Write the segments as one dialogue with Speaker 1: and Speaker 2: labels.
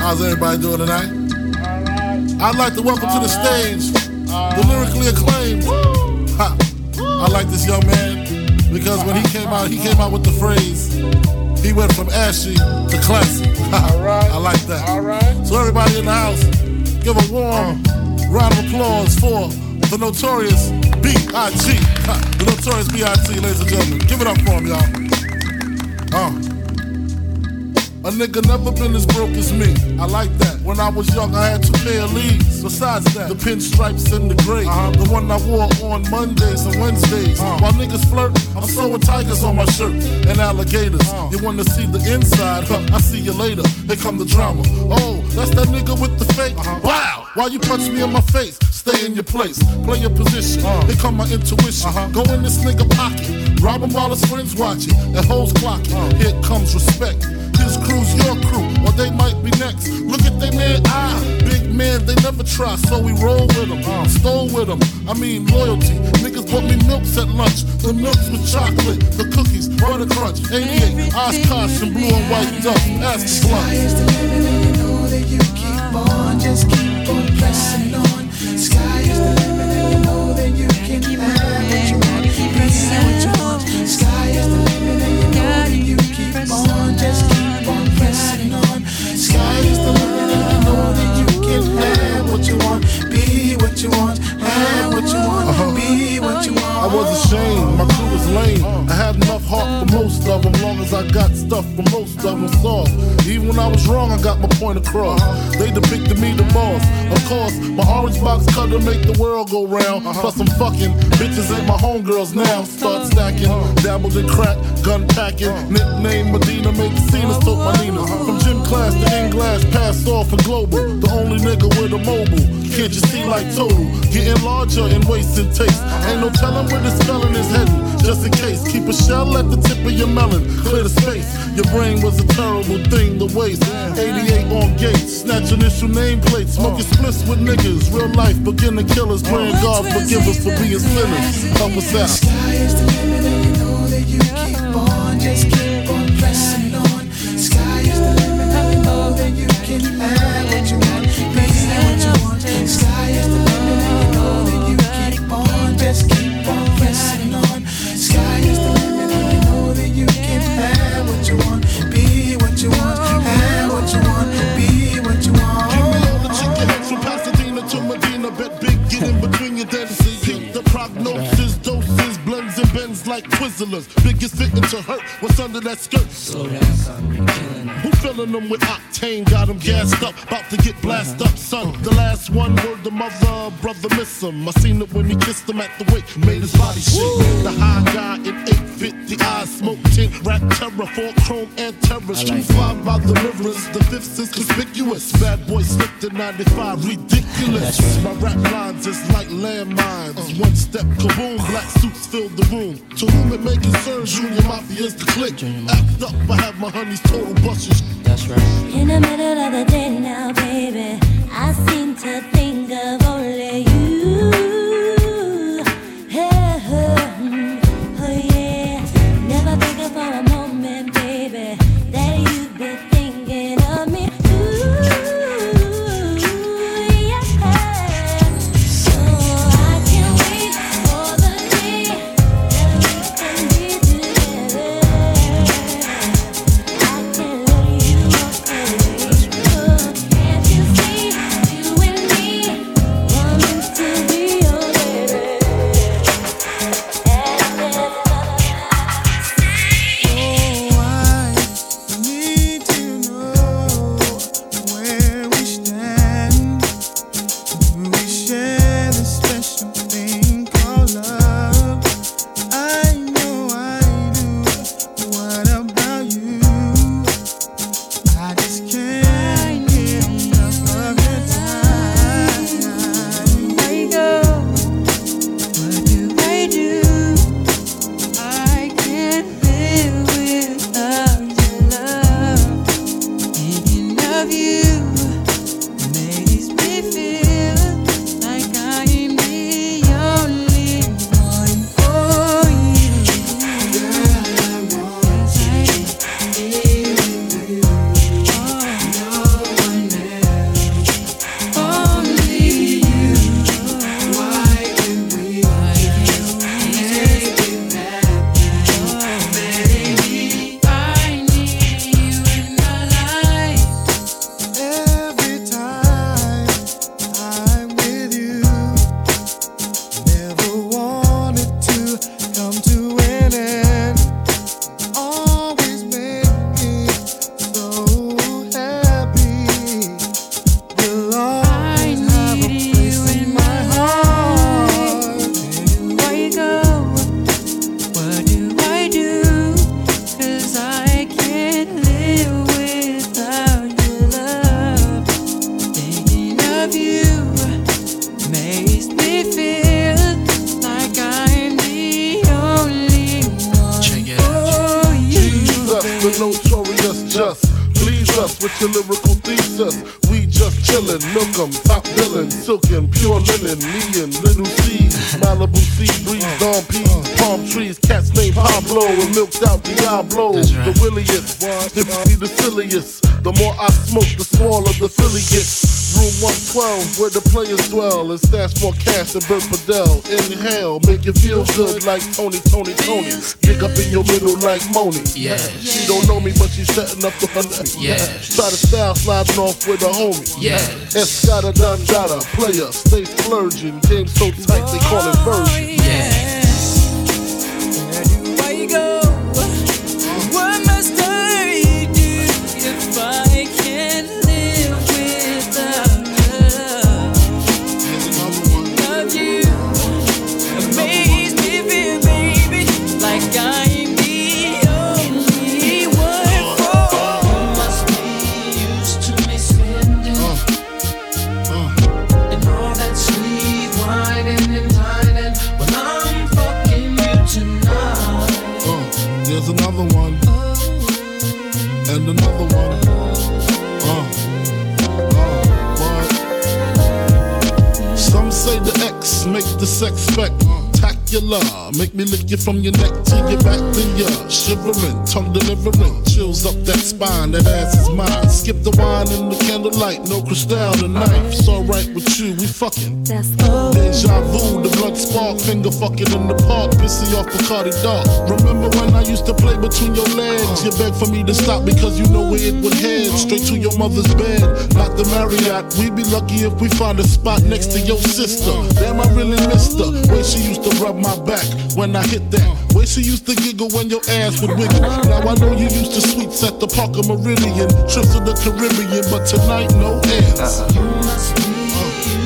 Speaker 1: How's everybody doing tonight? I'd like to welcome to the stage the lyrically acclaimed. Ha. I like this young man because when he came out, he came out with the phrase, he went from ashy to classy. Ha. I like that. So everybody in the house, give a warm round of applause for the notorious B.I.G. Ha. The notorious B.I.G. ladies and gentlemen. Give it up for him, y'all. Uh. A nigga never been as broke as me. I like that. When I was young, I had two pair of leads. Besides that, the pinstripes and the gray. The one I wore on Mondays and Wednesdays. While niggas flirt, I'm sewing tigers on my shirt and alligators. You wanna see the inside? Huh, I see you later. Here come the drama. Oh, that's that nigga with the fake. Wow! Why you punch me in my face? Stay in your place. Play your position. Here come my intuition. Go in this nigga pocket. Rob him while his friends watching. And hoes clocking. Here comes respect. His crew's your crew, or they might be next. Look at they man eye, big man, they never try. So we roll with them, stole with them. I mean loyalty. Niggas bought me milks at lunch. The milks with chocolate, the cookies, butter crunch, 88, Oshkosh, and blue and white dust. Ask
Speaker 2: Sky is
Speaker 1: sluts.
Speaker 2: the limit, and you know that you keep on, just keep on pressing on. Sky is the limit, and you know that you can have what you want, be what you want. Sky is the limit, and you know that you keep on, just keep on pressing on. Sky is the limit, and you know that you can have what you want, be what you want, have what you want, be what you want.
Speaker 1: I was ashamed, my crew was lame. I had enough heart for most of them, long as I got stuff for most of them soft. Even when I was wrong, I got my point across. They depicted me the boss. Of course, my orange box cutter make the world go round. Plus, I'm fucking bitches ain't my homegirls now. Start stacking, dabbled in crack, gun packing. Nickname Medina, make Cena's took my Nina. From gym class to in glass, passed off for global. The only nigga with a mobile. Can't you see like total? Getting larger in waist and taste. Ain't no telling where this felon is heading. Just in case, keep a shell at the tip of your melon. Clear the space. Your brain was a terrible thing to waste. 88 on gates, snatching issue nameplates. Smoking splits with niggas. Real life, beginning killers. Praying God forgive us for being sinners. Help us out.
Speaker 2: Sky is the limit, and you know that you keep on, just keep on pressing on. Sky is the limit, and you know that you can have what you want, be what you want. Sky is the limit, and you know that you keep on, just keep on pressing on. Sky is the limit, and you know that you can have what you want, be what you want, have what you want, be what you
Speaker 1: Give me
Speaker 2: want.
Speaker 1: all the chicken from Pasadena to Medina. Bet big, get in between your dances. Get the prognosis, doses, blends and bends like Twizzlers. Biggest fitting to hurt what's under that skirt.
Speaker 3: Slow down, son, you're killing it.
Speaker 1: Who filling them with octane? Got them gassed up, about to get blast up, son. The last one, word the mother, brother miss him. I seen it when he kissed him at the wake, made his body shake. The high guy in 850 eyes, smoke tint, rap terror, four chrome and terror. Street five by the rivers, the fifth is conspicuous. Bad boy slipped in 95, ridiculous. My rap lines is like landmines. One step, kaboom, black suits fill the room. To whom it may concern, Junior Mafia's the click. Act up, I have my honey's total bushes.
Speaker 3: That's right.
Speaker 4: In the middle of the day now, baby, I seem to think of only you. Hey, oh, oh, yeah. Never think for a moment, baby, that you'd be thinking of me. Ooh, yeah. So I can't wait for the day that we can be together. Can't you see, you and me, wanting to be
Speaker 1: Dylan, milk 'em, top villain, silk and pure linen, me and little C, Malibu sea breeze, on peas, palm trees, cats named Pablo, and milked out Diablo, the williest, if you see the silliest, the more I smoke, the smaller the filly gets. Room 112, where the players dwell, and stash more cash than Bert Padel. Inhale, make you feel good like Tony, Tony, Tony. Dig up in your middle like Moni.
Speaker 5: Yeah.
Speaker 1: She don't know me, but she's setting up the hunt.
Speaker 5: Yeah.
Speaker 1: Try to style sliding off with a homie.
Speaker 5: Yeah.
Speaker 1: Escada, Dandada, player, stay splurging. Game so tight, they call it version.
Speaker 2: Must be used to me spending
Speaker 1: Uh,
Speaker 2: and all that sweet whining and dining. Well, I'm fucking you tonight.
Speaker 1: Uh, there's another one. And another one. Uh, uh, what? Some say the X make the sex spectacular. Make me lick you from your neck to your back, then you're shivering, tongue delivering. Chills up that spine, that ass is mine. Skip the wine and the candlelight, no crystal the knife. It's alright with you, we fucking.
Speaker 6: That's all.
Speaker 1: Deja vu, the blood spark, finger fucking in the park, pissy off Bacardi Dark. Remember when I used to play between your legs? You begged for me to stop because you know where it would head. Straight to your mother's bed, not the Marriott. We'd be lucky if we find a spot next to your sister. Damn, I really missed her. Way she used to rub my back when I hit that. Way she used to giggle when your ass would wiggle. Now I know you used to sweets at the Parker Meridian, trips to the Caribbean, but tonight no ends.
Speaker 2: You must be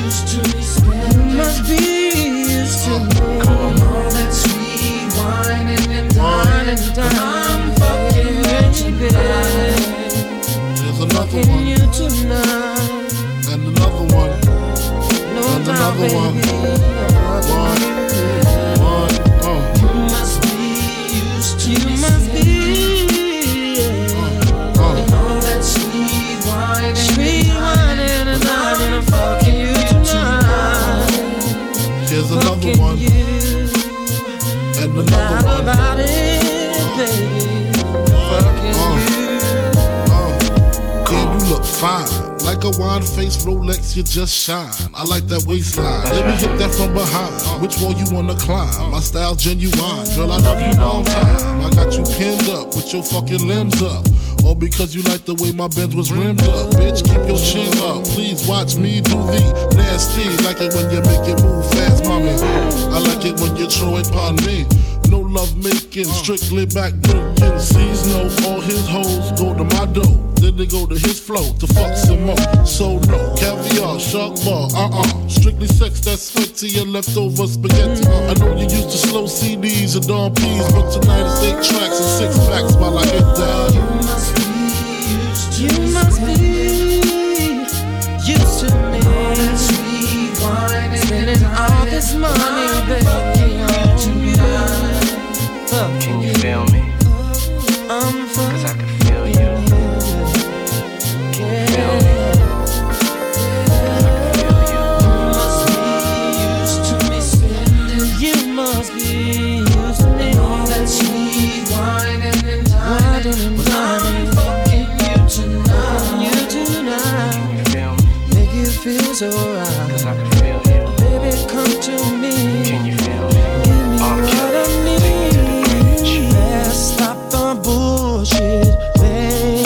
Speaker 2: used to me spending. Must be used to me. And all that sweet whining and dining. Well, I'm fucking you tonight.
Speaker 1: There's another
Speaker 2: Fucking
Speaker 1: one,
Speaker 2: you tonight.
Speaker 1: and another one.
Speaker 2: No
Speaker 1: And
Speaker 2: doubt,
Speaker 1: another one.
Speaker 2: baby.
Speaker 1: One, uh,
Speaker 2: You must be used to me
Speaker 7: must be
Speaker 1: uh.
Speaker 2: All that sweet wine and wine and wine and I'm fucking you tonight.
Speaker 1: Here's another
Speaker 2: Fucking
Speaker 1: one,
Speaker 2: you.
Speaker 1: and another
Speaker 2: How
Speaker 1: one.
Speaker 2: about it, baby? Fucking you.
Speaker 1: Uh, Damn, you look fine. Like a wine face Rolex, you just shine. I like that waistline. Let me hit that from behind. Which wall you wanna climb? My style genuine. Girl, I love you long time. I got you pinned up with your fucking limbs up. All because you like the way my bed was rimmed up. Bitch, keep your chin up. Please watch me do the nasty. Like it when you make it move fast, mommy. I like it when you throw it on me. No love making, strictly back breaking. Sees no, all his hoes go to my dough. Then they go to his flow to fuck some more. So no, caviar, shark bar, uh-uh. Strictly sex that's fake to your leftover spaghetti. I know you used to slow CDs and darn peas, but tonight it's eight tracks and six packs while I hit that.
Speaker 2: You must be used to
Speaker 7: You must be used to me.
Speaker 2: that sweet wine and
Speaker 7: Spending all this money, baby.
Speaker 2: fucking you tonight.
Speaker 5: Can you feel me?
Speaker 7: I'm
Speaker 5: Cause I can feel you. Can you feel me? 'Cause I can feel you.
Speaker 2: Must be used to me spending
Speaker 7: You must be used to me.
Speaker 2: all that sweet wine and dining. Well, I'm fucking you tonight.
Speaker 7: You tonight
Speaker 5: Can you feel me?
Speaker 7: make you feel so right.
Speaker 5: 'Cause I can feel you.
Speaker 7: Baby, come to me.
Speaker 5: Can you feel me?
Speaker 7: Give me
Speaker 5: R.
Speaker 7: what I
Speaker 5: Kelly,
Speaker 7: need. Let's stop the bullshit,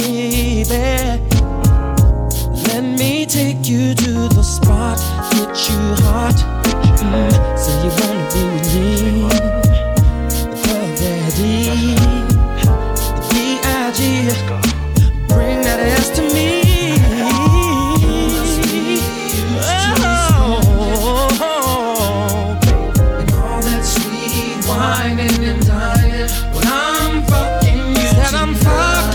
Speaker 7: baby. Let me take you to the spot, get you hot. Mm, Say you wanna be with me. Already. D.I.G.
Speaker 5: Go.
Speaker 7: Bring that ass to me.
Speaker 2: All
Speaker 7: Oh.
Speaker 2: that sweet wine and dining. Well, I'm fucking you
Speaker 7: That I'm
Speaker 2: tonight.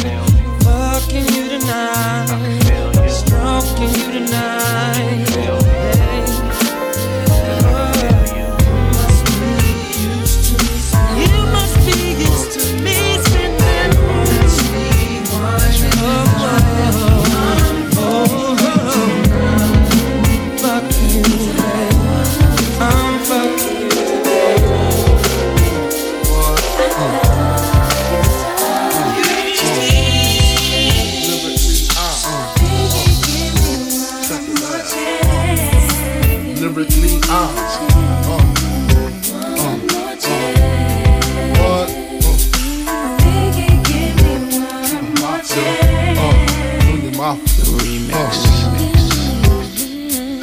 Speaker 7: fucking you tonight,
Speaker 5: Feel me.
Speaker 7: fucking you tonight,
Speaker 5: Feel you.
Speaker 7: stroking you tonight.
Speaker 5: Feel me. Cause I can feel you.
Speaker 7: You must be used to me spending.
Speaker 2: Sweet wine and dining.
Speaker 7: Oh, oh, oh,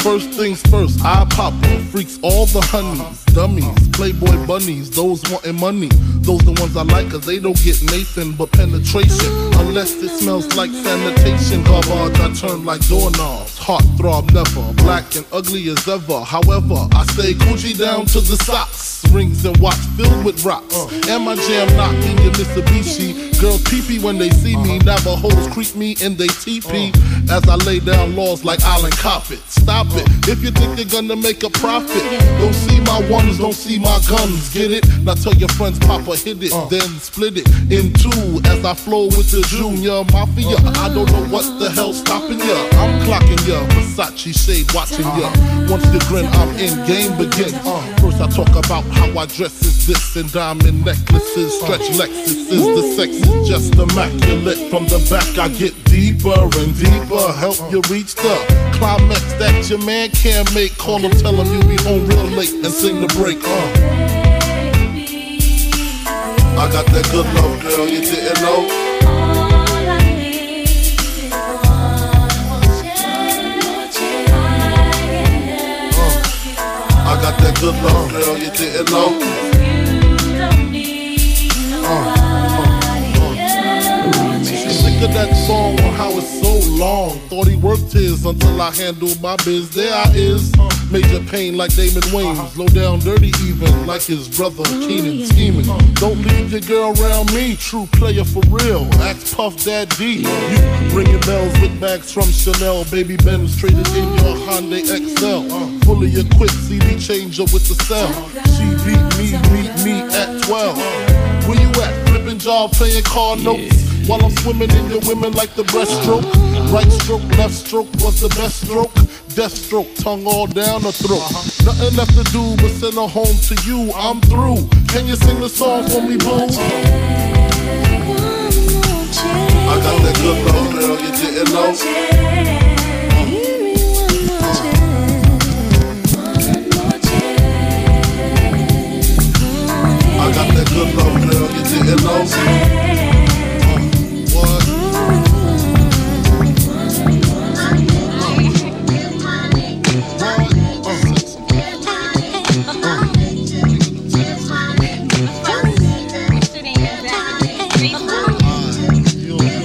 Speaker 1: First things first, I pop freaks all the honeys, dummies, playboy bunnies, those wanting money. Those the ones I like, cause they don't get Nathan but penetration. Unless it smells like sanitation. Garbage, I turn like doorknobs. Heart throb never, black and ugly as ever. However, I stay coochie down to the socks. Rings and watch filled with rocks. Uh, And my jam knocking your Mitsubishi. Girls pee when they see me. Navajos creep me in they teepee. As I lay down laws like Island Coppet. Stop it. If you think you're gonna make a profit, don't see my ones, don't see my guns. Get it? Now tell your friends, Papa hit it, then split it in two. As I flow with the Junior Mafia, I don't know what the hell stopping ya. I'm clocking ya, Versace shade watching ya. Once you grin, I'm in game begin. Uh, First I talk about how I dress is this and diamond necklaces, stretch Lexus is the sex is just immaculate. From the back I get deeper and deeper, help you reach the climax that your man can't make. Call him, tell him you be home real late and sing the break. Uh. I got that good love, girl, you didn't know. I got that good love, girl, you didn't know. Sick of that song on how it's so long. Thought he worked his until I handled my biz. There I is, major pain like Damon Wayans. Low down, dirty even like his brother Keenan scheming. Don't leave your girl around me, true player for real. Ask Puff Dad D. You ringing bells with bags from Chanel, baby Benz traded in your Hyundai XL. Fully equipped CD changer with the cell. She beat me, meet me at 12. Where you at? Flipping job, playing car notes. While I'm swimming in your women like the breaststroke. Right stroke, left stroke was the best stroke. Death stroke, tongue all down the throat. Nothing left to do but send her home to you. I'm through. Can you sing the song for me, boo? I got that good love, girl, you didn't know. I got that good love, girl, you didn't know. Uh, what?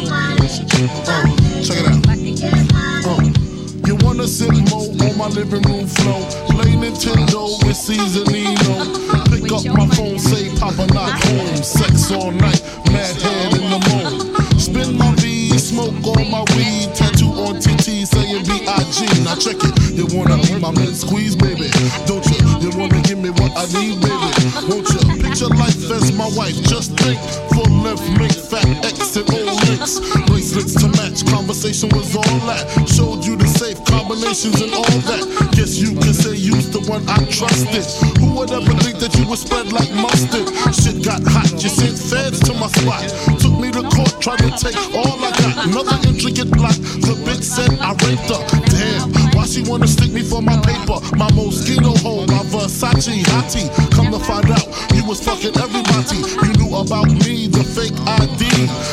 Speaker 1: Check it out. Uh, you wanna sip mo on my living room floor? Play Nintendo with seasonino. Pick up my phone, say Papa not home. Sex all night, mad head in the moon. Spin my V, smoke all my weed. Tattoo on TT saying B.I.G. Now check it. You wanna be my man squeeze, baby? Don't you? You wanna give me what I need, baby? Won't you? Picture life as my wife. Just think, full length mink, fat X and old links. Bracelets to match, conversation was all that. Showed you the safe combinations and all that. Guess you can say you's the one I trusted. Who would ever think that you would spread like mustard? Shit got hot, you sent feds to my spot. Took me to court, tried to take all I got. Another intricate block, the bitch said I raped her. Damn, why she wanna stick me for my paper? My mosquito hole, my Versace hottie. Come to find out, you was fucking everybody. You knew about me, the fake ID.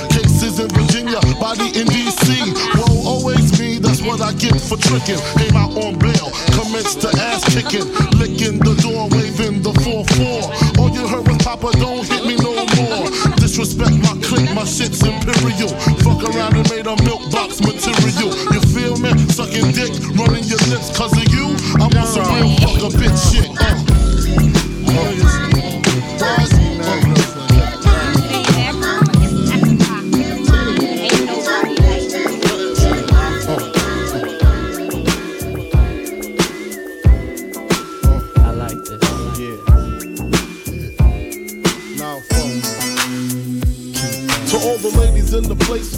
Speaker 1: Cases in Virginia, body in DC. Whoa, always me, that's what I get for tricking. Came out on bail, commenced to ass kicking. Licking the door, waving the 4-4. All you heard was Papa, don't hit me no more. Disrespect my clique, my shit's imperial. Fuck around and made a milk box material. You feel me? Sucking dick, running your lips, cause of you. I'm on some real fucker bitch shit. Uh.
Speaker 3: I like this.
Speaker 1: Yeah. Now, folks. To all the ladies in the place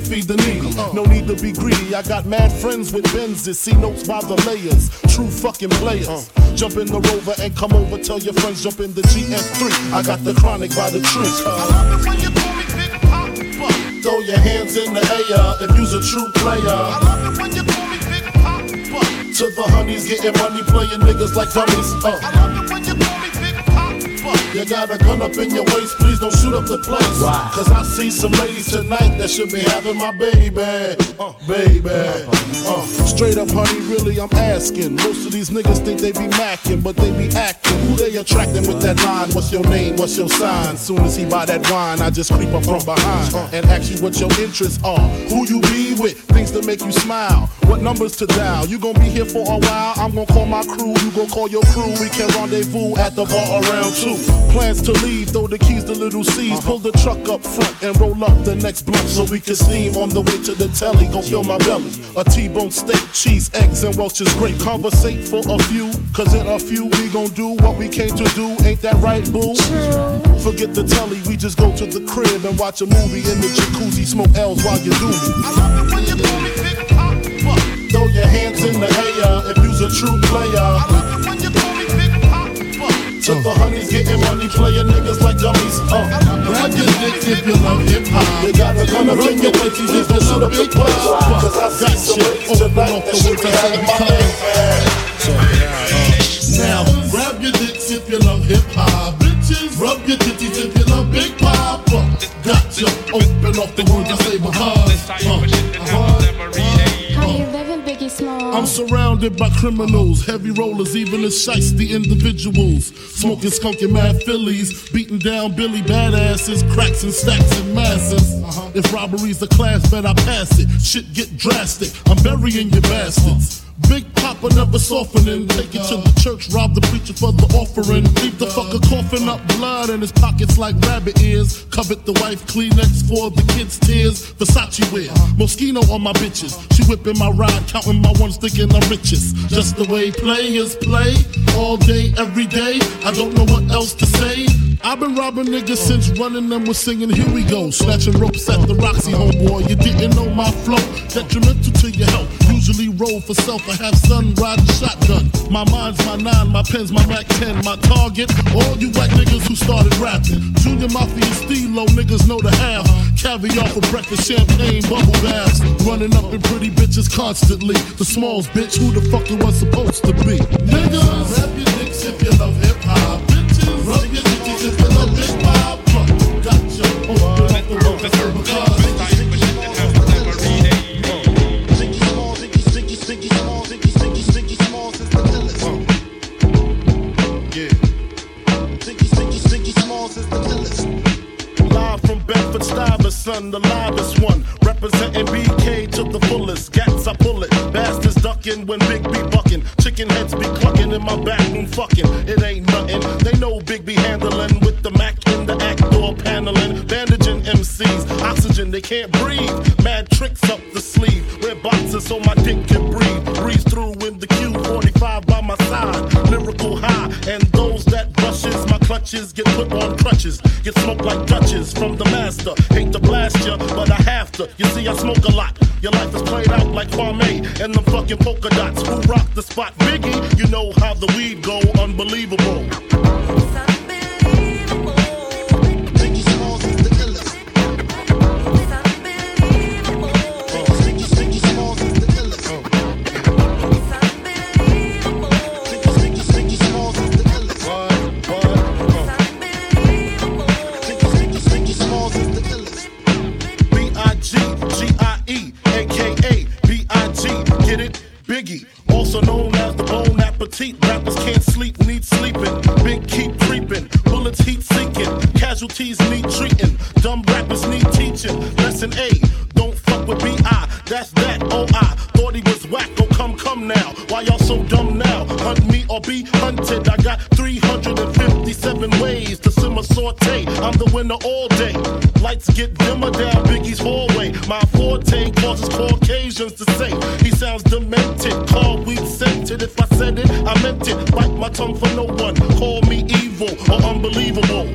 Speaker 1: feed the needy. No need to be greedy. I got mad friends with Benzes. See notes by the layers. True fucking players. Jump in the rover and come over. Tell your friends, jump in the GM3. I got the chronic by the tree. Throw your hands in the air if you's a true player. To the honeys getting money, playing niggas like dummies. Uh. You got a gun up in your waist, please don't shoot up the place. Cause I see some ladies tonight that should be having my baby. Uh, baby. Uh, straight up, honey, really, I'm asking. Most of these niggas think they be macking, but they be acting. Who they attracting with that line? What's your name? What's your sign? Soon as he buy that wine, I just creep up from behind and ask you what your interests are. Who you be with? Things to make you smile. What numbers to dial? You gonna be here for a while. I'm gonna call my crew. You gonna call your crew. We can rendezvous at the bar around two. Plans to leave, throw the keys to little C's. Pull the truck up front and roll up the next blunt so we can steam on the way to the telly. Gonna fill my belly. A T-bone steak, cheese, eggs, and Welch's grape. Conversate for a few, cause in a few we gonna do what we came to do. Ain't that right, boo? Forget the telly, we just go to the crib and watch a movie in the jacuzzi. Smoke L's while you do me. Throw your hands in the air if you's a true player. To the honeys getting money, playing niggas like dummies. Uh, grab your dicks if you love hip hop. You gotta come up in your place, you just don't shoot a big place. Cause I got shit open up the winter side of my face. Now, grab your dicks if you love hip hop. Bitches, rub your titties if you love big pop. Got you open off the words I say because. Uh,
Speaker 8: How you living, Biggie Smalls?
Speaker 1: I'm surrounded by criminals, heavy rollers, even the shiesty individuals. Smoking, skunking mad Phillies, beating down Billy badasses, cracks and stacks and masses. If robbery's the class, bet I pass it. Shit get drastic, I'm burying your bastards. Big Papa never softening. Take it to the church, rob the preacher for the offering. Leave the fucker coughing up blood in his pockets like rabbit ears. Covet the wife Kleenex for the kids' tears. Versace wear, Moschino on my bitches. She whipping my ride, counting my ones, thinking I'm richest. Just the way players play, all day, every day. I don't know what else to say. I've been robbing niggas since running them with singing Here We Go. Snatching ropes at the Roxy, homeboy. You didn't know my flow, detrimental to your health. Usually roll for self, I have sun riding shotgun. My mind's my nine, my pen's my Mac 10, my target. All you whack niggas who started rapping. Junior Mafia Steelo, niggas know the half. Caviar for breakfast, champagne, bubble baths. Running up in pretty bitches constantly. The smalls, bitch, who the fuck you was supposed to be? Niggas, rap your dicks if you love hip hop. Bitches, rub your dickies if you love big pop. Got your open up the road, because. Live from Bedford Stuyvesant, the livest one. Representing BK to the fullest. Gats I pull it. Bastards ducking when Big B bucking. Chicken heads be clucking in my bathroom fucking. It ain't nothing. They know Big B handling with the Mac in the act door paneling. Bandaging MCs. Oxygen they can't breathe. Mad tricks up the sleeve. Wear boxes so my dick can breathe. Breeze through in the Q45 by my side. Lyrical high. And those that brushes my clutches get put on crutches. Get smoked like Dutches from the master. Hate to blast ya, but I have to. You see, I smoke a lot. Your life is played out like Kwame and the fucking polka dots. Who rock the spot? Biggie, you know how the weed go. Unbelievable. B-I-G, G-I-E, a.k.a. B-I-G, get it? Biggie, also known as the bone appetite. Rappers can't sleep, need sleeping. Big keep creeping, bullets heat seeking. Casualties need treating, dumb rappers need teaching. Lesson A, don't fuck with B-I, that's that, O-I. Thought he was whack, oh come, come now. Why y'all so dumb now? Hunt me or be hunted, I got 357 ways to simmer saute. I'm the winner all day. Lights get dimmer down Biggie's hallway. My forte causes Caucasians to say he sounds demented. Call weed scented. If I said it, I I meant it. Bite my tongue for no one. Call me evil or unbelievable.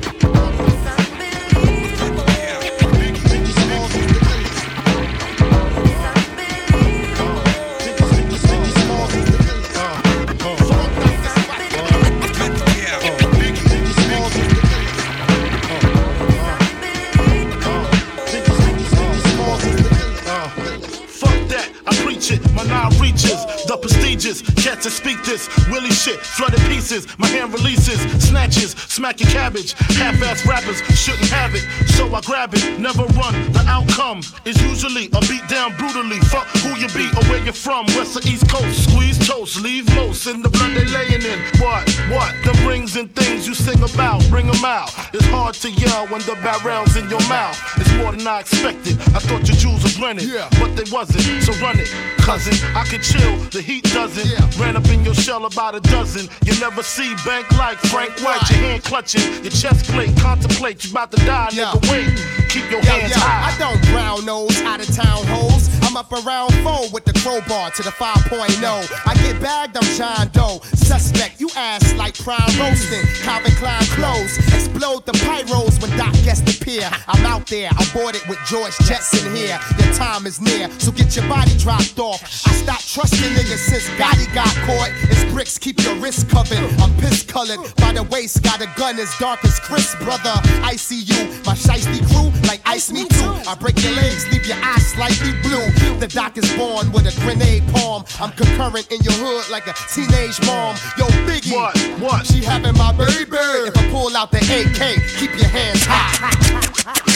Speaker 1: Fuck that, I preach it. My nine reaches, the prestigious. Cats that speak this, Willie shit, flooded pieces. My hand releases, snatches, smack your cabbage. Half ass rappers shouldn't have it, so I grab it. Never run, the outcome is usually a beat down brutally. Fuck who you be or where you're from, west or east coast. Squeeze toast, leave most in the blood they laying in. What, what, the rings and things you sing about, bring 'em out. It's hard to yell when the barrel's in your mouth. It's more than I expected. I thought your jewels was rented, but they wasn't. So run it, cousin. I can chill, the heat doesn't. Ran up in your shell about a dozen. You never see bank like Frank White. Your hand clutching, your chest plate. Contemplate, you about to die, nigga. Wait, keep your
Speaker 9: Yo,
Speaker 1: hands
Speaker 9: yo,
Speaker 1: high.
Speaker 9: I don't brown nose out of town hoes. I'm up around four with the crowbar to the 5.0. I get bagged, I'm John Doe. Suspect, you ass like prime roasting. Calvin Klein clothes. Explode the pyros when Doc gets the pier. I'm out there, I'm boarded with George Jetson here. Your time is near, so get your body dropped off. I stopped trusting niggas since Gotti got caught. It's bricks, keep your wrist covered. I'm piss colored. By the waist, got a gun as dark as Chris, brother. I see you, my shiesty crew, like ice me too. I break your legs, leave your eyes slightly blue. The doc is born with a grenade palm. I'm concurrent in your hood like a teenage mom. Yo, Biggie, what? What? She having my baby. If I pull out the AK, keep your hands high.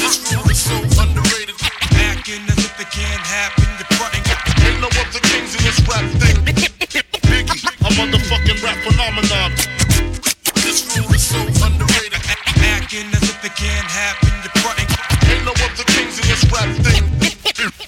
Speaker 10: This room is so underrated. Acting as if it can't happen. You're fronting. Ain't no other kings in this rap thing. Biggie,
Speaker 1: a motherfucking rap phenomenon.
Speaker 10: This room is so underrated. Acting as if it can't happen. You're fronting. Ain't no other kings in this rap thing.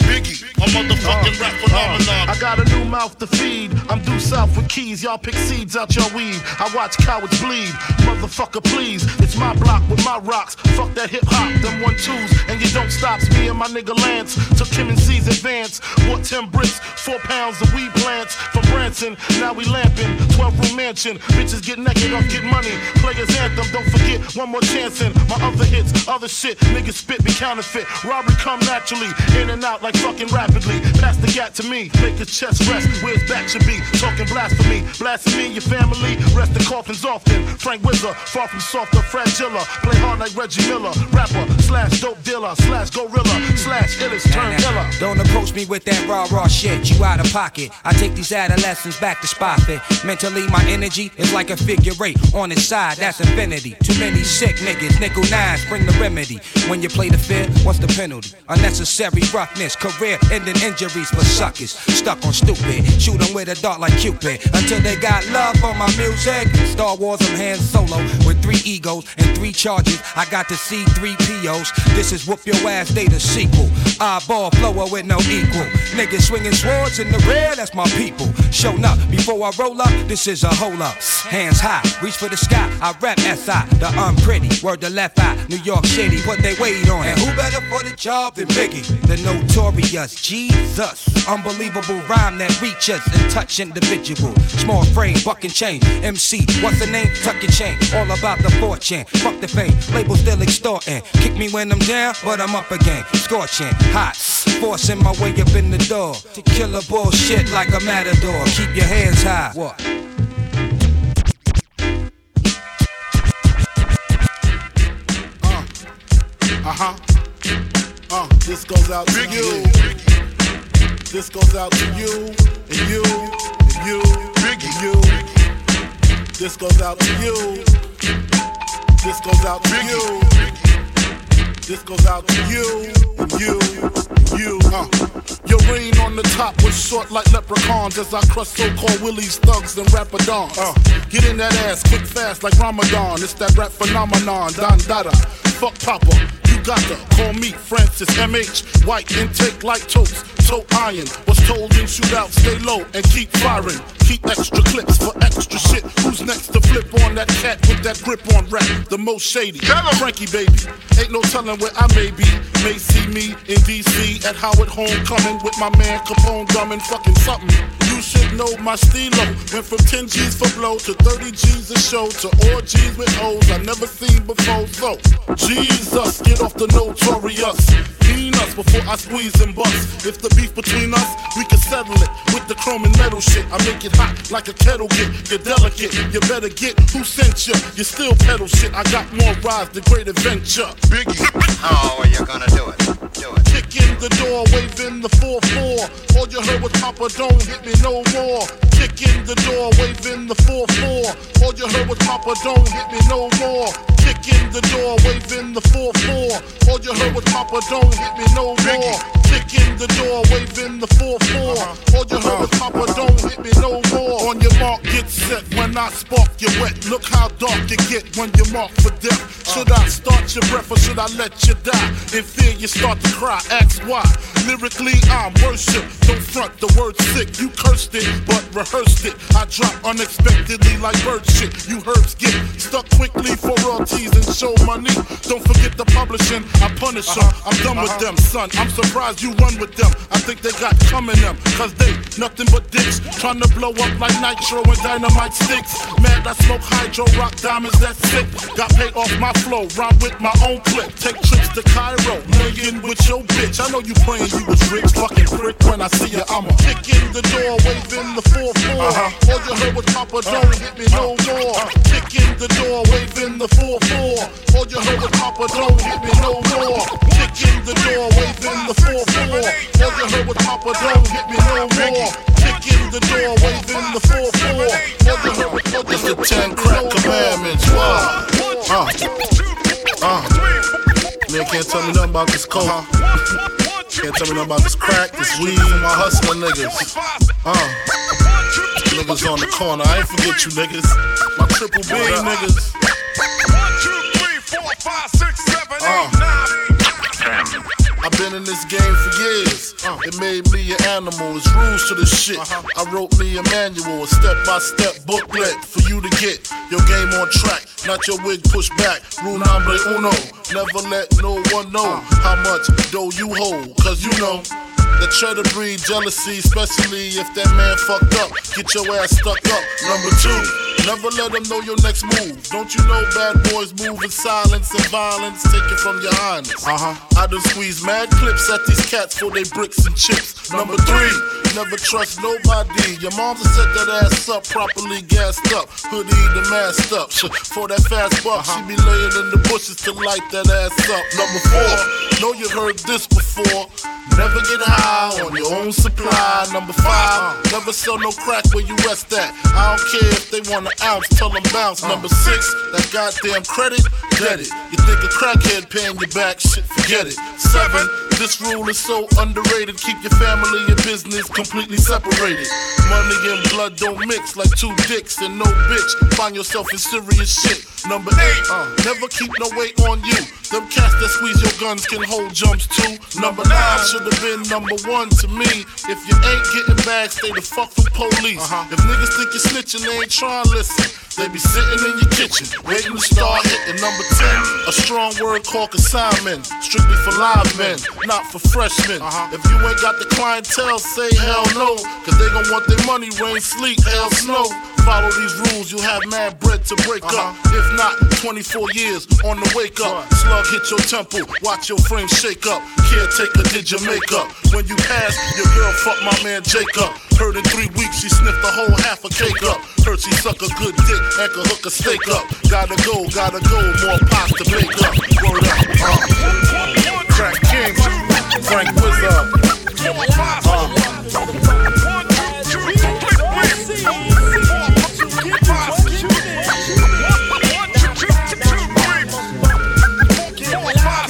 Speaker 10: Biggie,
Speaker 1: a motherfucking rap phenomenon. I got a new mouth to feed. I'm due south with keys. Y'all pick seeds out your weed. I watch cowards bleed. Motherfucker, please. It's my block with my rocks. Fuck that hip hop, them one twos. And you don't stops. Me and my nigga Lance took him in C's advance. Bought 10 bricks, 4 pounds of weed plants from Branson. Now we lamping. 12 room mansion. Bitches get naked off get money. Players anthem. Don't forget one more chance and my other hits. Other shit. Niggas spit be counterfeit. Robbery come naturally. In and out like fucking rapidly. Pass the gat to me. Make his chest rest where his back should be. Talking blasphemy. Blasting me, your family. Rest the coffins often. Frank Wizard. Far from soft or fragile. Play hard like Reggie Miller. Rapper slash dope dealer slash gorilla slash illest
Speaker 11: Nah,
Speaker 1: turn
Speaker 11: nah.
Speaker 1: killer.
Speaker 11: Don't approach me with that raw, raw shit. You out of pocket. I take these adolescents back to spot fit. Mentally, my energy is like a figure eight on its side. That's infinity. Too many sick niggas. Nickel nines bring the remedy. When you play the fifth, what's the penalty? Unnecessary roughness. Career ending injuries for suckers. Stuck on stupid. Shoot 'em with a dart like Cupid. Until they got love for my music. Star Wars, I'm hand solo with three egos and three charges. I got to see three POs. This is whoop your ass, they the sequel. Eyeball flower with no equal. Niggas swinging swords in the rear, that's my people. Showing up before I roll up, this is a hole up. Hands high, reach for the sky. I rap SI, the unpretty. Word to left eye, New York City, what they wait on. And who better for the job than Biggie? The notorious Jesus. Unbelievable rhyme that reaches and touch individual. Small frame, buck and chain. MC, what's the name? Tuck and chain. All about the fortune. Fuck the fame. Label still extorting. Kick me when I'm down, but I'm up again. Scorching, hot. Forcing my way up in the door. To kill a bullshit like a matador. Keep your hands high. What?
Speaker 12: Uh huh. Uh, this goes out to you. This goes out to you and you and you and you. This goes out to you. This goes out to you. This goes out to you and you and you. Uh,
Speaker 1: Your reign on the top was short like leprechauns as I crush so-called willies, thugs, and rapper dons.
Speaker 12: uh, get in that ass quick fast like Ramadan. It's that rap phenomenon. Don Dada.
Speaker 1: Fuck Papa, you got to call me Francis MH. White intake like toast, toe iron. Was told in shootouts, stay low and keep firing. Keep extra clips for extra shit. Who's next to flip on that cat with that grip on rap? The most shady. Frankie, baby. Ain't no telling where I may be. May see me in D.C. at Howard Homecoming with my man Capone drumming fucking something. You should know my stilo. Went from 10 G's for blow to 30 G's a show to all G's with O's I never seen before. So, Jesus, get off the notorious. Peanuts before I squeeze and bust. If the beef between us, we can settle it with the chrome and metal shit. I make it hot like a kettle get. You're delicate, you better get who sent ya. You still pedal shit. I got more rides, the great adventure. Biggie,
Speaker 13: How are you gonna do it?
Speaker 1: Kick in the door, wave in the 4-4. All you heard was Papa, don't hit me no more. Kick in the door, wave in the 4-4. All you heard was Papa, don't hit me no more. Kick in the door, wave in the 4-4. All you heard was Papa, don't hit me no more. Kick in the door, wave in the 4-4. All you heard was Papa, don't hit me no more. On your mark, get set. When I spark, you wet. Look how dark you get when you're marked for death. Should I start your breath or should I let you die? In fear, you start to cry. Ask why. Lyrically, I'm worship. Don't front the word sick. You cursed it, but rehearsed it. I drop unexpectedly like bird shit. You herbs get stuck quickly for royalties and show money. Don't forget the publishing. I punish them. I'm done with them, son. I'm surprised you run with them. I think they got coming them. Cause they nothing but dicks. Trying to blow up like nitro and dynamite sticks. Mad I smoke hydro, rock diamonds, that's sick. Got paid off my flow, rhyme with my own clip. Take trips to Cairo, million with your bitch. I know you playing, you was rich, fucking prick. When I see ya, I'ma kick in the door, wave in the 4-4.
Speaker 11: Uh-huh.
Speaker 1: All you heard was Papa, don't hit me no more. Kick in the door, wave in the 4-4. All you heard was Papa, don't hit me no more. Kick in the door, wave in the 4-4. All you heard was Papa, don't hit me no more. Kick in the door, wave in the 4-4. All you heard was Papa,
Speaker 11: It's the ten crack commandments. Whoa. Uh. Uh. Man can't tell me nothing about this coke. Can't tell me nothing about this crack, this weed, and my hustling niggas. Uh. Niggas on the corner. I ain't forget you niggas. My triple B niggas.
Speaker 1: Uh, I've been in this game for years. It made me an animal. It's rules to this shit. I wrote me a manual, a step-by-step booklet for you to get your game on track, not your wig pushed back. Rule number uno: never let no one know how much dough you hold, cause you know. That try to breed jealousy, especially if that man fucked up. Get your ass stuck up. Number two, never let them know your next move. Don't you know bad boys move in silence and violence? Take it from your highness. Uh huh. I done squeeze mad clips at these cats for they bricks and chips. Number three, never trust nobody. Your mom's set that ass up properly, gassed up, hoodie the masked up. For that fast buck, she be laying in the bushes to light that ass up. Number four, know you heard this before. Never get high on your own supply. Number five, never sell no crack where you rest at. I don't care if they want an ounce, tell them bounce. Number six, that goddamn credit, get it. You think a crackhead paying you back, shit, forget it. Seven, this rule is so underrated. Keep your family and business completely separated. Money and blood don't mix like two dicks and no bitch. Find yourself in serious shit. Number eight, uh, never keep no weight on you. Them cats that squeeze your guns can hold jumps too. Number nine should have been number one to me. If you ain't getting bags, stay the fuck from police. If niggas think you're snitching, they ain't trying to listen. They be sitting in your kitchen, waiting to start hitting. Number ten, a strong word called consignment, strictly for live men, not for freshmen. If you ain't got the clientele, say hell no, cause they gon' want their money, rain, sleep, hell, snow. Follow these rules, you'll have mad bread to break up. If not, 24 years on the wake up. Slug hit your temple, watch your frame shake up. Caretaker did your makeup. When you pass, your girl fucked my man Jacob. Heard in three weeks, she sniffed a whole half a cake up. Heard she suck a good dick and could hook a steak up. Gotta go, gotta go, more pots to make up. Word up, uh. Crack King, Frank Wizard.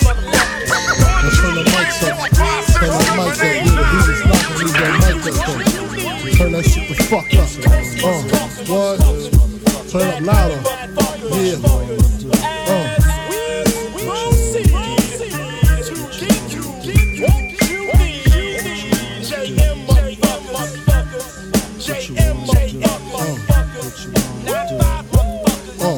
Speaker 11: Let's turn the mics up. Turn the mics up. Yeah, the beat is knocking. Leave that mic up though. Turn that shit the fuck up. Uh, what? Turn up louder. Yeah. Uh.
Speaker 14: J.M. motherfucker. J.M. motherfucker.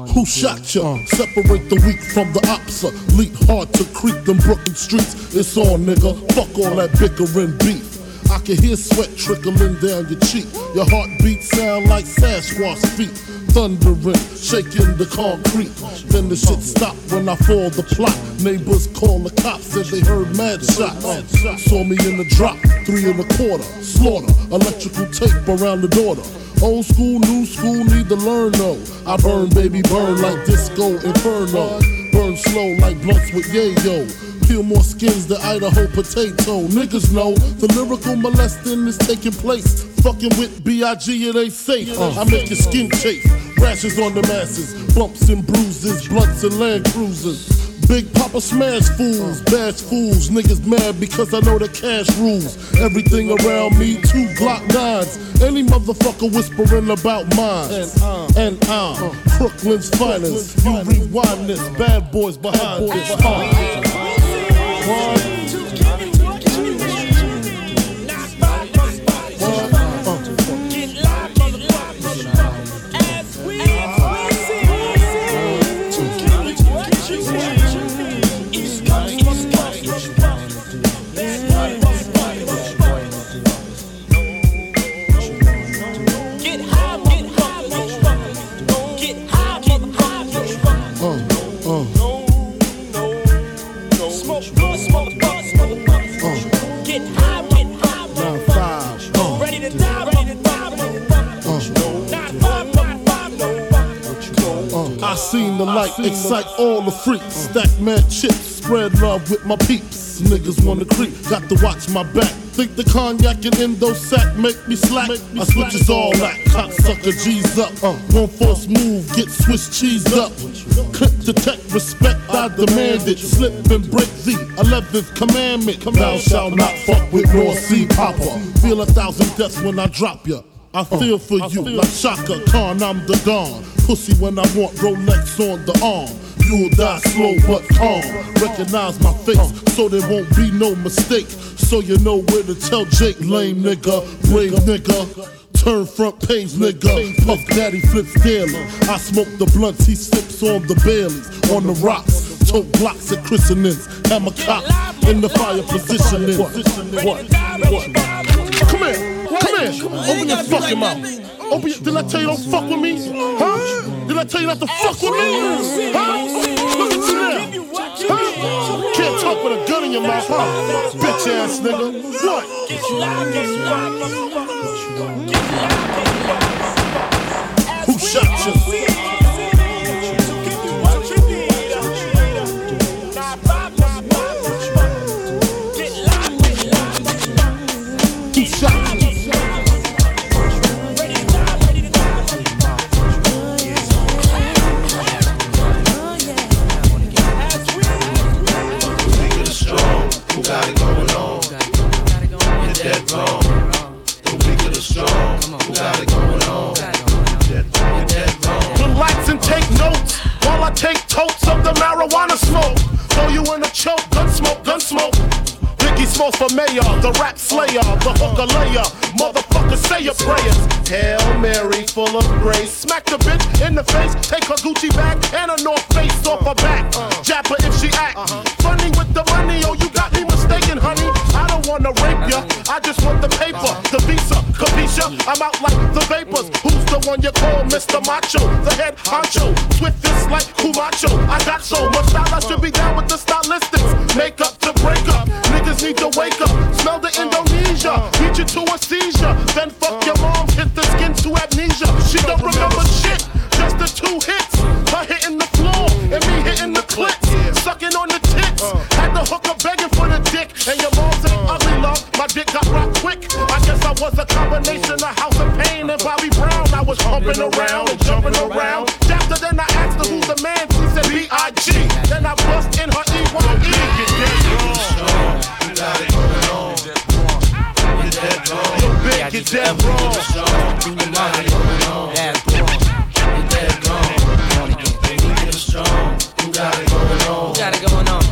Speaker 11: Oh.
Speaker 1: rapture. Separate the weak from the opsa. Leap hard to creep them Brooklyn streets. It's on, nigga. Fuck all that bickering beef. I can hear sweat trickling down your cheek. Your heartbeat sound like Sasquatch feet. Thundering, shaking the concrete. Then the shit stop when I fall the plot. Neighbors call the cops, said they heard mad shots. Saw me in the drop, three and a quarter. Slaughter, electrical tape around the daughter. Old school, new school, need to learn though. I burn, baby, burn like disco inferno. Burn slow like blunts with yayo. Peel more skins than Idaho potato. Niggas know the lyrical molesting is taking place. Fucking with B.I.G. it ain't safe. I make your skin chafe. Rashes on the masses. Bumps and bruises. Blunts and land cruisers. Big Papa smash fools, bash fools. Niggas mad because I know that cash rules. Everything around me, two Glock nines. Any motherfucker whispering about mine. And uh, I'm Brooklyn's finest. You rewind this, bad boys behind this. One, Uh. I seen the light excite all the freaks. Stack mad chips, spread love with my peeps. Niggas wanna creep, got to watch my back. Think the cognac and endo sack make me slack. I switch is all that. Cocksucker G's up. Uh, one force move, get Swiss cheese up. Clip detect, respect, I demand it. Slip and break the 11th commandment. Thou shalt not fuck with nor see Papa. Feel a thousand deaths when I drop ya. I feel for you like Shaka Khan, I'm the Don. Pussy when I want Rolex on the arm. You'll die slow but calm. Recognize my face so there won't be no mistake. So you know where to tell Jake, lame nigga, brave nigga. Turn front page, nigga. Puff Daddy flips daily. I smoke the blunts, he sips on the Baileys, on the rocks. Tote blocks at christenings. Hammer cops Uh. in the fire positioning. What? What? Come here. Come here. Open your fucking mouth. Open your, did I tell you don't fuck with me? Huh? Did I tell you not to fuck with me? Huh? Look at you now. Huh? Can't talk with a gun in your mouth, huh? Bitch ass nigga. What? Who shot you? Who shot you?
Speaker 15: Nigga the strong, who got it going on? You're dead wrong. The weak of the strong, who got it going on? You're dead wrong.
Speaker 7: Relax and take notes while I take totes of the marijuana smoke. Throw you in a choke, gun smoke, gun smoke. Biggie smoke for mayor, the rap slayer, the hooker layer. Motherfucker, say your prayers. Hail Mary, full of grace. Smack the bitch in the face, take her Gucci bag and her North Face off her back. Jab her if she act. Funny with the money, oh, you got me mistaken, honey. I don't wanna rape ya, I just want the paper, the visa, capisha. I'm out like the vapors. Who's the one you call Mr. Macho? The head honcho. Swift this like Kumacho. I got so much style, I should be down with the stylistics. Make up to break up. Niggas need to wake up. Smell the Indonesia. Beat you to a seizure. Then fuck your mom. Hit the skin to amnesia. She don't remember shit. Just the two hits. Her hitting the floor and me hitting the clip. Sucking on the tits. Had the hooker begging for the dick. And your mom's an ugly love. My dick got rocked quick. I guess I was a combination of House of Pain and Bobby Brown. I was humping around and jumping around. After then I asked her who's the man. She said B.I.G. Then I bust in her E E.Y.E.
Speaker 15: Get dead wrong. You the money. That's wrong. You're dead wrong. Nigga the strong. You got it going on. You got it going on.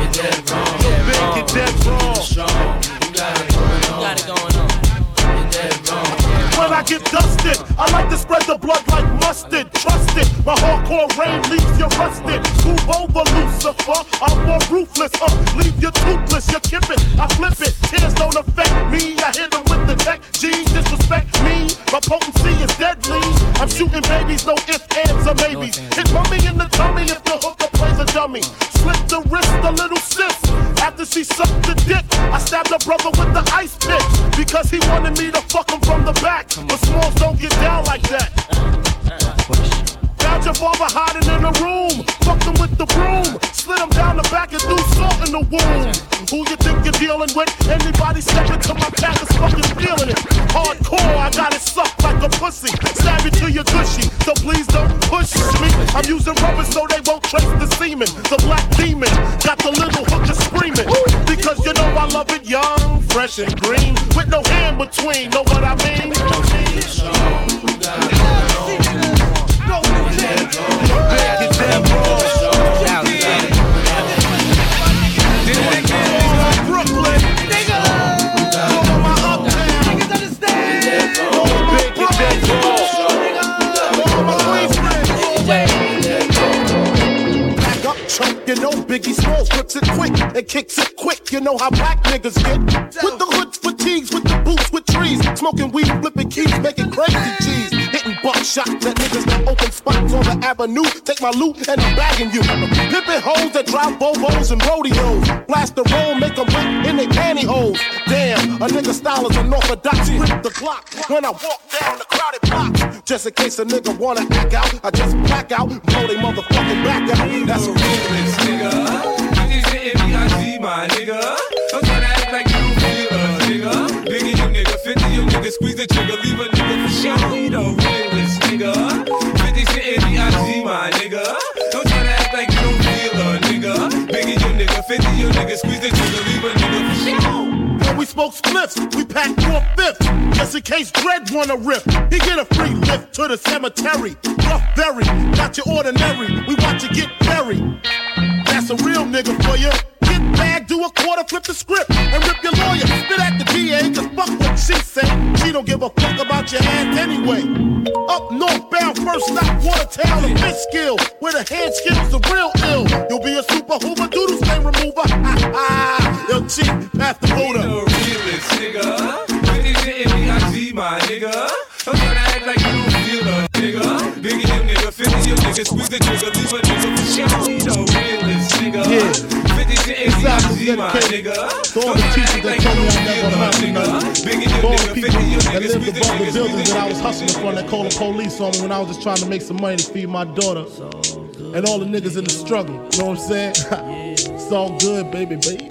Speaker 15: You're dead wrong. You're dead wrong. Strong. You got it going on. Got it going on. You're dead wrong.
Speaker 7: When I get dusted, I like to spread the blood like mustard. Trust it, My hardcore rain leaves you rusted. Move over, Lucifer. I'm more ruthless. Uh, leave you toothless. You're kipping. I flip it. Tears don't affect me. I hit them with the tech. G's disrespect me. My potency is deadly. I'm shooting babies, no ifs, ands, or maybes. Hit mummy in the tummy if the hooker plays a dummy. Slip the wrist, the little sis. After she sucked the dick, I stabbed her brother with the ice pick because he wanted me to fuck him from the back. But smalls don't get down like that. Found your father hiding in the room. Fucked him with the broom. Slid him down the back and threw salt in the wound. Who you think you're dealing with? Anybody stepping to my path is fucking feeling it. Hardcore, I got it sucked like a pussy. Stab it to your gushy, so please don't push me. I'm using rubber so they won't trace the semen. The black demon got the little hooker screaming. Because you know I love it young, fresh and green. With no hand between, know what I mean?
Speaker 9: Trump, you know Biggie Smalls whips it quick and kicks it quick. You know how black niggas get with the hoods, fatigues, with the boots, with trees, smoking weed, flipping keys, making crazy cheese, hitting buckshot. That niggas now open spots on the avenue. Take my loot and I'm bagging you. Pippin' hoes that drive bobos and rodeos, blast the roll, make 'em wet in their pantyhose. Oh, Damn, a nigga style is unorthodox. Rip the clock when I walk down the crowded block. Just in case a nigga wanna act out, I just black out, blow they motherfucking back out. That's what
Speaker 14: this nigga. You just hitting me, I see my nigga. I'm tryna act like you don't feel us, nigga. Biggie, you nigga, 50, you nigga, squeeze the trigger, leave a nigga for sure. We the realest, nigga. 50 sitting me, I see my nigga. I'm tryna act like you don't feel us, nigga. Biggie, you nigga, 50, you nigga, squeeze the trigger, leave a nigga for sure.
Speaker 7: When we smoke spliffs, we pack four fifths. Just in case Dread wanna rip, he get a free lift to the cemetery. Rough berry, not your ordinary. We watch you get buried. That's a real nigga for you. Get bagged, do a quarter, flip the script, and rip your lawyer. Spit at the DA, cause fuck what she say. She don't give a fuck about your ass anyway. Up northbound, first stop, Watertown, the Fishkill, where the hand skills the real ill. You'll be a super hoover, doodle stain remover. Ha ha, yo, cheap, pass the Buddha.
Speaker 14: realest nigga. 50 sitting me, I see my nigga. I'm tryna act like you don't feel us, nigga. Biggie, you nigga, 50, you nigga, squeeze the trigger, leave a nigga for sure. We the realest nigga. 50 sitting me, I see my nigga. I'm tryna act like you don't feel us, nigga. Biggie, you nigga, 50, you nigga, squeeze the
Speaker 1: above
Speaker 14: trigger,
Speaker 1: the
Speaker 14: leave a
Speaker 1: building that I
Speaker 14: nigga
Speaker 1: was hustling from that called the police on me when I was just trying to make some money to feed my daughter. And all the niggas in the struggle, you know what I'm saying? it's all good, baby, baby.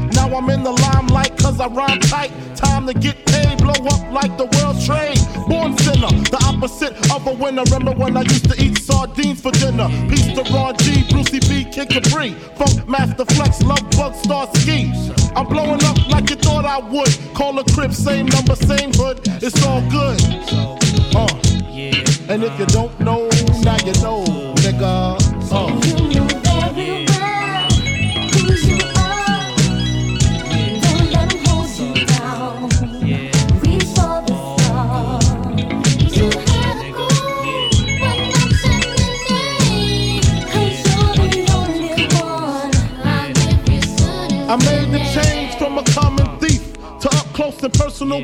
Speaker 1: Now I'm in the limelight cause I rhyme tight. Time to get paid, blow up like the world's trade. Born sinner, the opposite of a winner. Remember when I used to eat sardines for dinner? Peace to Raw G, Brucey B, Kid Capri. Funk Master Flex, Love Bug, Star Ski. I'm blowing up like you thought I would. Call a crib, same number, same hood. It's all good. Uh. And if you don't know, now you know, nigga.
Speaker 7: Uh,
Speaker 1: I made the change from a common thief to up close and personal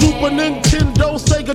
Speaker 1: Super Nintendo, Sega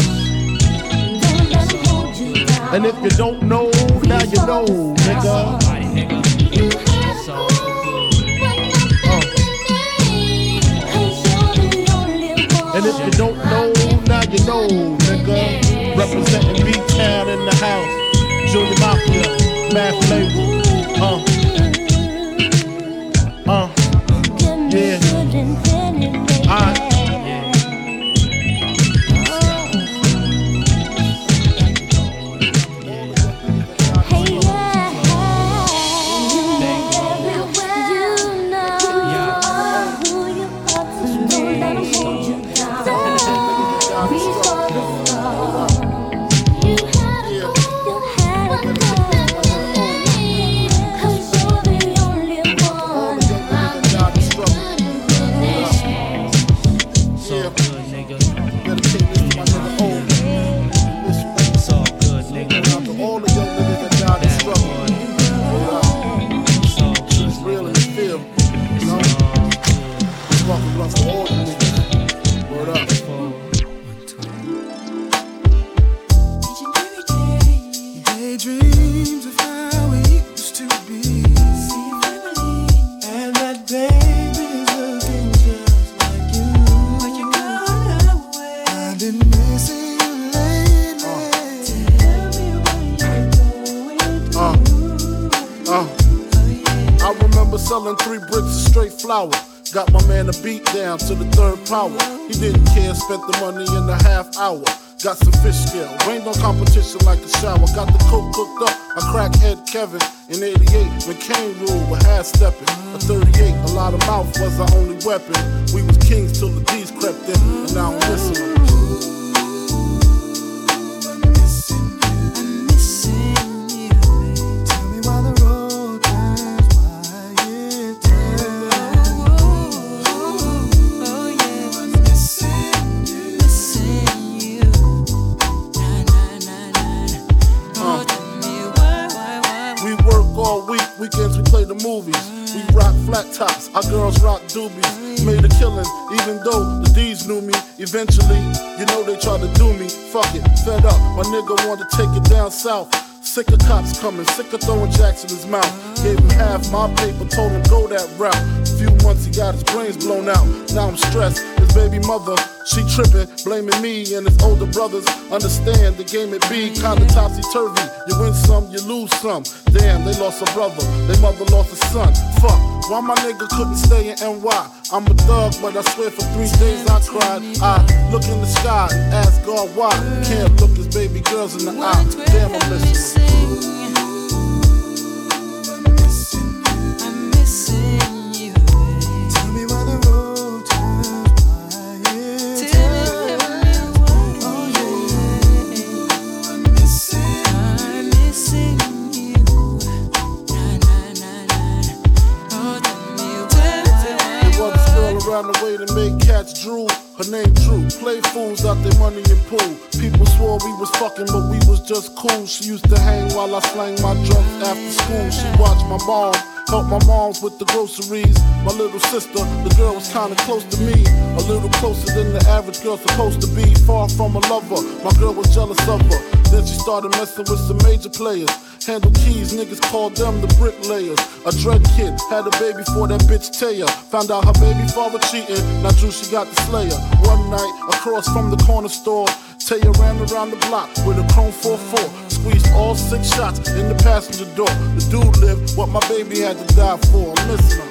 Speaker 1: And if you don't know, now you know, nigga. Uh. And if you don't know, now you know, nigga. Representing B Town in the house. Junior Mafia, Mad Flavor. Uh. Uh. Yeah. Alright.
Speaker 7: Daydreams of how it used to be. And that baby is looking just like you. When you got away. I've been missing you lately.
Speaker 1: Uh, uh. I remember selling three bricks of straight flour. Got my man a beat down to the third power. He didn't care, spent the money in a half hour. Got some fish scale, rained on competition like a shower. Got the coke cooked up, I crackhead Kevin in 88 when Kane ruled with half stepping. A 38, a lot of mouth was our only weapon. We was kings till the D's crept in, and now I'm listening. Uh. We work all week, weekends we play the movies. We rock flat tops, our girls rock doobies. Made a killing, even though the D's knew me. Eventually, you know they tried to do me. Fuck it, fed up. My nigga wanted to take it down south. Sick of cops coming, sick of throwing jacks in his mouth. Gave him half my paper, told him go that route. Few months he got his brains blown out. Now I'm stressed. His baby mother, she tripping, blaming me and his older brothers. Understand the game it be kinda topsy turvy. You win some, you lose some. Damn, they lost a brother. They mother lost a son. Fuck, why my nigga couldn't stay in NY? I'm a thug, but I swear for three days I cried. I look in the sky and ask God why. Can't look his baby girls in the eye. Damn, I'm listening. It was a girl around the way to make cats drool. Her name Drew. Play fools out their money and pool. People swore we was fucking, but we was just cool. She used to hang while I slang my drums after school. She watched my mom. Help my moms with the groceries. My little sister, the girl was kinda close to me. A little closer than the average girl supposed to be. Far from a lover, my girl was jealous of her. Then she started messing with some major players. Handle keys, niggas called them the bricklayers. A dread kid, had a baby for that bitch Taya. Found out her baby father cheating, now Drew she got the slayer. One night, across from the corner store, Taya ran around the block with a chrome 44. Squeezed all six shots in the passenger door. The dude lived what my baby had to die for. I'm missing him.
Speaker 2: oh. Oh,